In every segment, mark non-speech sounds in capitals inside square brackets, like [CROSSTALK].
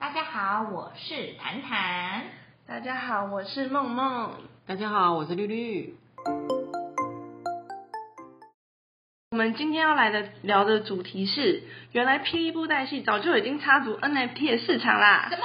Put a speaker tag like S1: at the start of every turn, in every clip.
S1: 好，我是谈谈。
S2: 大家好，我是梦梦。
S3: 大家好，我是绿绿。
S2: 我们今天要来的聊的主题是，原来霹雳布袋戏早就已经插足 NFT 的市场啦。
S1: 什么？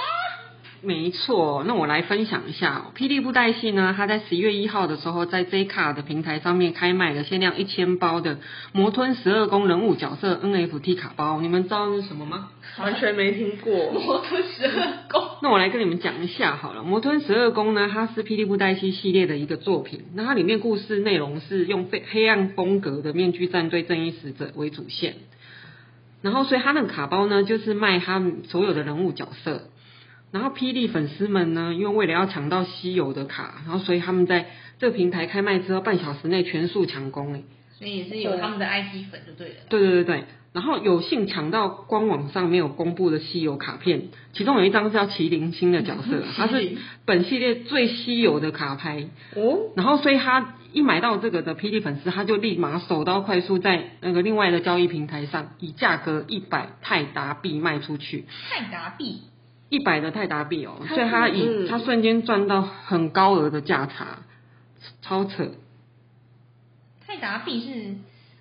S3: 没错，那我来分享一下哦霹雳布袋戏呢，它在十一月一号的时候，在 J 卡的平台上面开卖了限量一千包的魔吞十二宫人物角色 NFT 卡包，你们知道那是什么吗？
S2: 完全没听过。
S1: 摩托十二宫。
S3: 那我来跟你们讲一下好了，《魔吞十二宫》呢，它是霹雳布袋戏系列的一个作品。那它里面故事内容是用非黑暗风格的面具战队正义使者为主线，然后所以它那个卡包呢，就是卖他们所有的人物角色。然后霹雳粉丝们呢，因为为了要抢到稀有的卡，然后所以他们在这个平台开卖之后半小时内全速抢攻、欸，
S1: 所以也是有他们的 IP 粉就对了。
S3: 对对对对，然后有幸抢到官网上没有公布的稀有卡片，其中有一张是叫麒麟星的角色，它是本系列最稀有的卡牌。
S2: 哦，
S3: 然后所以他一买到这个的霹雳粉丝，他就立马手刀快速在那个另外的交易平台上以价格一百泰达币卖出去，
S1: 泰达币，
S3: 一百的泰达币哦，
S2: 他
S3: 所以他
S2: 嗯
S3: 以他瞬间赚到很高额的价差，超扯。
S1: 泰达币是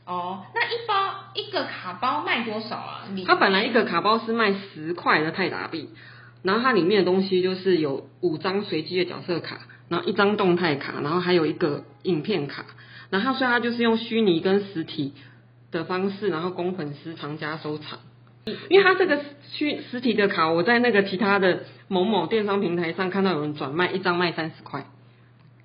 S1: 哦，那一包一个卡包卖多少啊？你
S3: 它本来一个卡包是卖十块的泰达币，然后它里面的东西就是有五张随机的角色卡，然后一张动态卡，然后还有一个影片卡，然后它所以它就是用虚拟跟实体的方式，然后供粉丝藏家收藏。因为它这个虚实体的卡，我在那个其他的某某电商平台上看到有人转卖，一张卖三十块，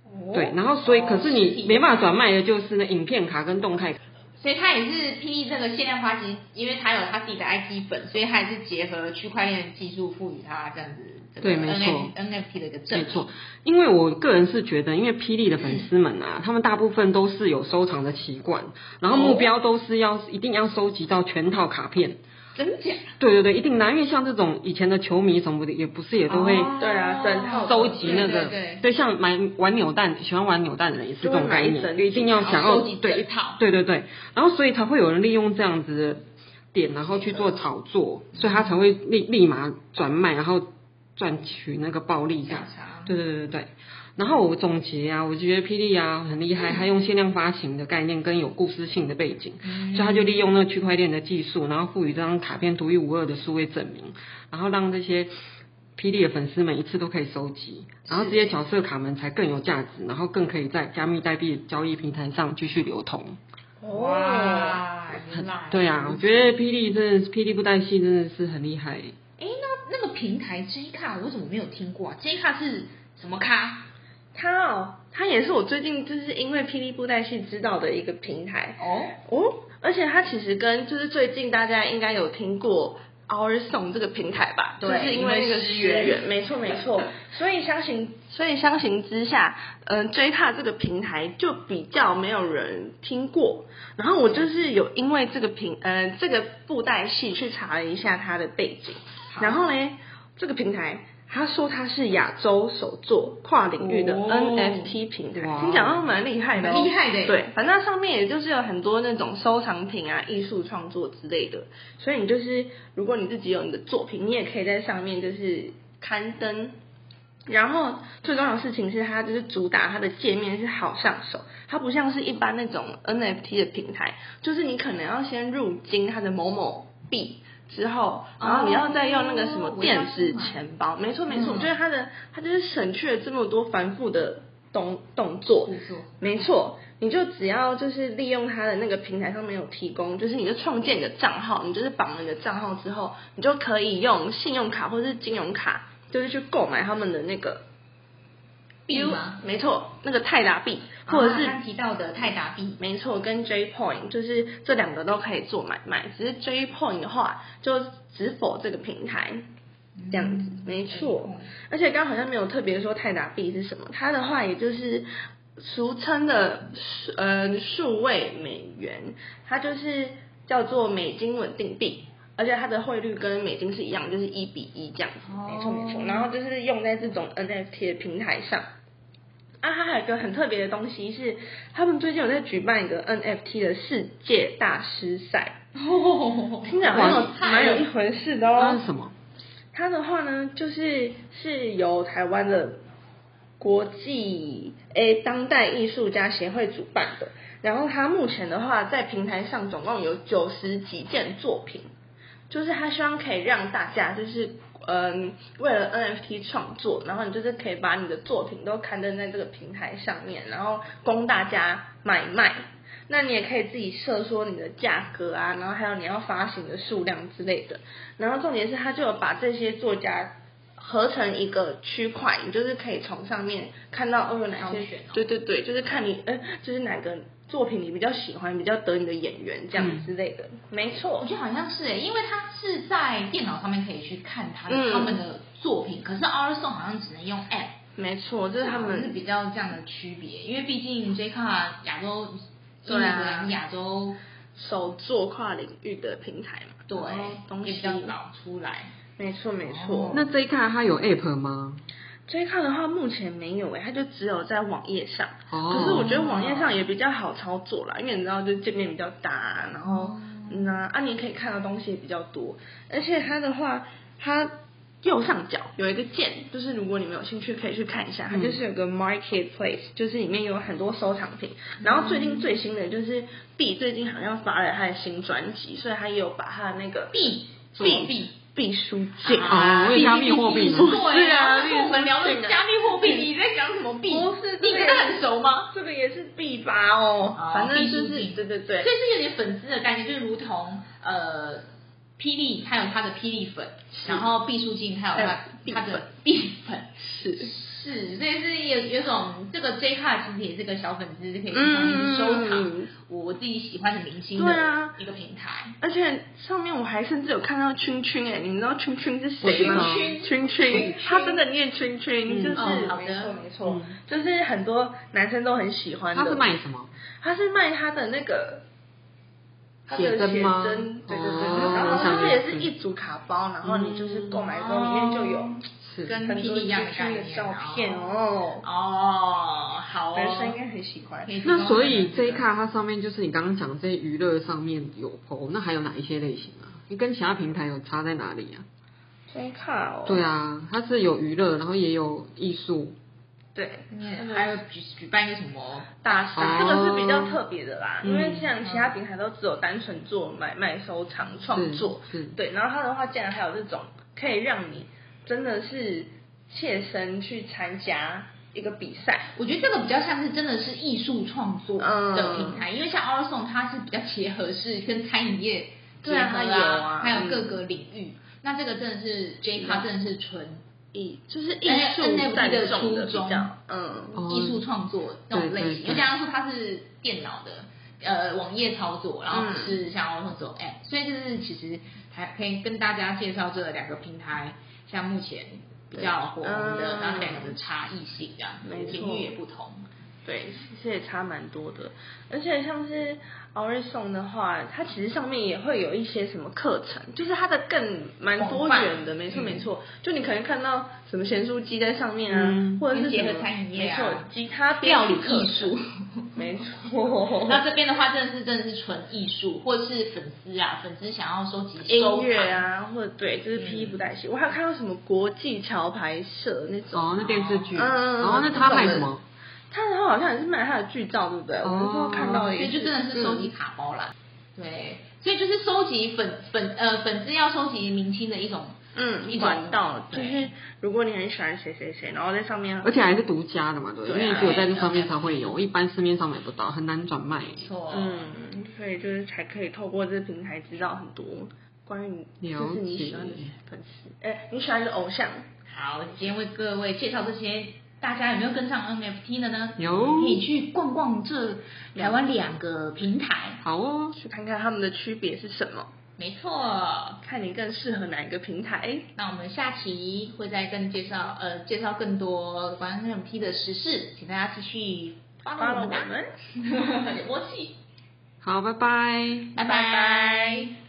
S1: 哦
S3: 对，然后所以可是
S1: 实体
S3: 你
S1: 的
S3: 没办法转卖的就是那影片卡跟动态卡。
S1: 所以它也是霹雳这个限量发行，因为它有它自己的 IP 本，所以它也是结合区块链的技术赋予它这样子。这个
S3: 对没错
S1: NFT NFT 的一个
S3: 没
S1: 证
S3: 错，因为我个人是觉得，因为霹雳的粉丝们
S1: 嗯
S3: 啊，他们大部分都是有收藏的习惯，然
S1: 哦
S3: 后目标都是要一定要收集到全套卡片。
S1: 真假？
S3: 对对对，一定拿，因为像这种以前的球迷什么的，也不是也都会
S1: 哦
S2: 对啊整套
S3: 收集那
S1: 对
S3: 个，
S1: 对对
S3: 像买玩扭蛋，喜欢玩扭蛋的人也是这种概
S2: 就会买一整
S3: 念，就一定要想
S1: 然后
S3: 要
S1: 哦收集
S3: 对
S1: 整套
S3: 对对对，然后所以才会有人利用这样子的点，然后去做炒作，所以他才会立立马转卖，然后赚取那个暴利这样
S1: 价。差。
S3: 对对对对对。然后我总结啊，我觉得霹雳啊很厉害，它用限量发行的概念跟有故事性的背景，
S1: 嗯
S3: 所以它就利用那区块链的技术，然后赋予这张卡片独一无二的数位证明，然后让这些霹雳的粉丝们一次都可以收集，然后这些角色卡们才更有价值，然后更可以在加密代币交易平台上继续流通。
S2: 哦哇，
S1: 哇，原来
S3: 对啊，我觉得霹雳真的是霹雳布袋戏真的是很厉害。
S1: 哎，那那个平台 J 卡我怎么没有听过啊？J 卡是什么卡？
S2: 它哦，它也是我最近就是因为霹雳布袋戏知道的一个平台
S1: 哦，
S2: 哦，而且它其实跟就是最近大家应该有听过 Our Song 这个平台吧，
S1: 对
S2: 就是因为那
S1: 因
S2: 个
S1: 为失
S2: 十
S1: 源
S2: 元，没错没错，所以相形所以相形之下，嗯、追 j 这个平台就比较没有人听过，然后我就是有因为这个平嗯、这个布袋戏去查了一下它的背景，然后呢，这个平台。他说他是亚洲首座跨领域的
S3: 哦
S2: NFT 平台，
S3: 哇
S2: 听讲到蛮厉害的哦，
S1: 蛮厉害的耶
S2: 对，反正它上面也就是有很多那种收藏品啊、艺术创作之类的，所以你就是如果你自己有你的作品，你也可以在上面就是刊登。然后最重要的事情是，它就是主打它的界面是好上手，它不像是一般那种 NFT 的平台，就是你可能要先入金它的某某币。之后，然后你要再用那个什
S1: 哦
S2: 么电子钱包，没错没错，
S1: 嗯
S2: 就是它的它就是省去了这么多繁复的动动作，
S1: 不错，
S2: 没错，你就只要就是利用它的那个平台上面有提供，就是你就创建你的账号，你就是绑了你的账号之后，你就可以用信用卡或者是金融卡，就是去购买他们的那个
S1: 币吗？
S2: 没错，那个泰达币或者是
S1: 啊刚提到的泰达币，
S2: 没错，跟 J Point 就是这两个都可以做买卖，只是 J Point 的话就只否这个平台这样子，嗯
S1: 嗯
S2: 没错。而且刚刚好像没有特别说泰达币是什么，它的话也就是俗称的数呃数位美元，它就是叫做美金稳定币。而且它的汇率跟美金是一样，就是一比一这样子，
S1: 哦
S2: 没错没错。然后就是用在这种 NFT 的平台上。啊，它还有一个很特别的东西是，他们最近有在举办一个 NFT 的世界大师赛，
S1: 哦，
S2: 听起来好像有
S1: 哇
S2: 蛮有一回事的
S3: 那
S2: 哦
S3: 啊是。什么？
S2: 它的话呢，就是是由台湾的国际诶当代艺术家协会主办的。然后它目前的话，在平台上总共有九十几件作品，就是它希望可以让大家就是嗯，为了 NFT 创作，然后你就是可以把你的作品都刊登在这个平台上面，然后供大家买卖。那你也可以自己设说你的价格啊，然后还有你要发行的数量之类的。然后重点是，他就有把这些作家合成一个区块，你就是可以从上面看到哦有哪些
S1: 挑选哦，
S2: 对对对，就是看你呃，就是哪个作品你比较喜欢，比较得你的眼缘这样
S3: 嗯
S2: 之类的。没
S1: 我
S2: 错，
S1: 觉得好像是诶，因为它是在电脑上面可以去看他
S2: 嗯
S1: 他们的作品，可是 R Song 好像只能用 App，
S2: 没错，这是他
S1: 是
S2: 们
S1: 啊比较这样的区别，因为毕竟 J 卡亚洲，
S2: 对啊
S1: 英国亚洲
S2: 手作跨领域的平台嘛。
S1: 对
S2: 然后哦东
S1: 也
S2: 西
S1: 比较早出来，
S2: 没错没
S1: 哦
S2: 错。
S3: 那 J 卡它有 App 吗？
S2: J 卡的话目前没有诶、欸它就只有在网页上。
S3: 哦
S2: 可是我觉得网页上也比较好操作啦，因为你知道，就界面比较大，然后嗯啊，啊你可以看的东西也比较多，而且它的话，它右上角有一个键，就是如果你们有兴趣可以去看一下，它就是有个 marketplace，就是里面有很多收藏品。然后最近最新的就是 B 最近好像发了他的新专辑，所以他也有把他的那个
S1: 币
S2: 币
S1: 左币
S2: 必书镜
S3: 啊我以为加密货币呢
S1: 对
S2: 不是啊
S1: 那我们聊的
S2: 币啊
S1: 加密货币，你在讲什么币？
S2: 不是
S1: 你真的很熟吗？
S2: 这个也是 B 吧哦，
S1: 哦
S2: 反正就
S1: 必
S2: 是
S1: 须
S2: 对对
S1: 所以
S2: 对，
S1: 是有点粉丝的概念，就是如同呃，霹雳它有它的霹雳粉，然后毕书尽它有它
S2: 对
S1: 它
S2: 毕粉
S1: 的毕粉。
S2: 是
S1: 是，所以是有有种这个 J 卡其实也是个小粉丝，可以去上面去收藏
S2: 嗯
S1: 我我自己喜欢的明星
S2: 对啊
S1: 的一个平台。
S2: 而且上面我还甚至有看到圈圈哎，你们知道圈圈是谁吗
S3: 我？
S2: 圈圈，他真的念圈圈，
S3: 嗯
S2: 就是
S1: 哦好的
S2: 没错，就是很多男生都很喜欢的。
S3: 它是卖什么？
S2: 他是卖他的那个他的
S3: 写真吗
S2: 写真对对对，
S3: 哦
S2: 然后
S3: 我想
S2: 它
S3: 起来
S2: 也是一组卡包，然后你就是购买之后里面就有
S3: 嗯是
S1: 跟
S2: 很
S1: 霹
S2: 多
S1: 雳一样
S2: 圈
S1: 的概
S2: 圈的
S1: 念
S2: 照片哦，
S1: 哦，好哦，
S2: 男生应该很喜欢
S1: 可。以提供
S3: 那所以
S1: 给
S3: J
S1: 他们
S3: 卡它上面就是你刚刚讲这些娱乐上面有 PO，那还有哪一些类型啊？你跟其他平台有差在哪里啊？
S2: 追卡哦，
S3: 对啊，它是有娱乐，然后也有艺术，
S2: 对，
S1: 嗯还有举举办一个什么？
S2: 大赏，
S3: 哦
S2: 这个是比较特别的啦，
S3: 嗯
S2: 因为既然其他平台都只有单纯做买卖、收藏、创作
S3: 是，
S2: 对，然后它的话竟然还有这种可以让你真的是切身去参加一个比赛，
S1: 我觉得这个比较像是真的是艺术创作
S2: 嗯
S1: 的平台，因为像 Our Song 它是比较结合是跟餐饮业结
S2: 对
S1: 合
S2: 啊它有啊
S1: 还有
S2: 嗯啊
S1: 各个领域。那这个真的是 J 卡，真的是纯
S2: 以就是艺
S1: 哎
S2: 术
S1: NFT
S2: 占
S1: 的
S2: 重的比
S1: 初衷
S2: 较，嗯，
S3: 哦
S1: 艺术创作那种类型，
S3: 对对对
S1: 因为刚刚说它是电脑的。呃，网页操作，然
S2: 嗯
S1: 后是像 Our Song 这种 App，、所以就是其实还可以跟大家介绍这两个平台，像目前比较火红的，
S2: 嗯
S1: 然后两个的差异性这样
S2: 没，错
S1: 频率也不同。
S2: 对，其实也差蛮多的，而且像是 o r i s o n 的话，它其实上面也会有一些什么课程，就是它的更蛮多
S1: 广泛
S2: 元的，没
S1: 嗯
S2: 错没错，就你可能看到什么咸酥鸡在上面啊，
S3: 嗯
S2: 或者是
S1: 跟结合
S2: 什么
S1: 餐饮业啊
S2: 没错，吉他
S1: 料理
S2: 编曲课
S1: 艺 [LAUGHS] 术
S2: 程没错，
S1: 那这边的话，真的是真的是纯艺术，或者是粉丝啊，粉丝想要收集
S2: [LAUGHS] 音乐
S1: 收藏，
S2: 啊，或者对，就是披
S1: 嗯
S2: 衣不带戏，我还有看到什么国际桥牌社那种，
S3: 哦，那电视剧，
S2: 嗯嗯嗯
S3: 哦，那它卖什么？
S2: 他然后好像也是卖他的剧照，对不对？我那时候看到
S1: 哦所
S2: 也
S1: 以就真的是收集卡包啦。
S2: 嗯
S1: 对，所以就是收集粉粉呃粉丝要收集明星的一种一
S2: 嗯，
S1: 种
S2: 管道就
S1: 对
S2: 是如果你很喜欢谁谁谁，然后在上面，
S3: 而且还是独家的嘛，对不对，
S2: 对啊
S3: 因为只有在这上面才会有，一般市面上买不到，很难转卖。
S1: 没错，
S2: 嗯，所以就是才可以透过这平台知道很多关于就是你喜欢的粉丝，哎、你喜欢的偶像，
S1: 好，今天为各位介绍这些，大家有没有跟上 NFT 的呢？
S3: 有
S1: 可以去逛逛这台湾两个平台。
S3: 好哦，
S2: 去看看他们的区别是什么，
S1: 没错，
S2: 看你更适合哪一个平台。
S1: 那我们下期会再跟介绍呃介绍更多关于 NFT 的时事，请大家继续
S2: [LAUGHS]
S1: follow 我们吧，
S2: follow 我们
S1: 很默契，
S3: 好，拜拜。
S1: 拜拜
S2: 拜拜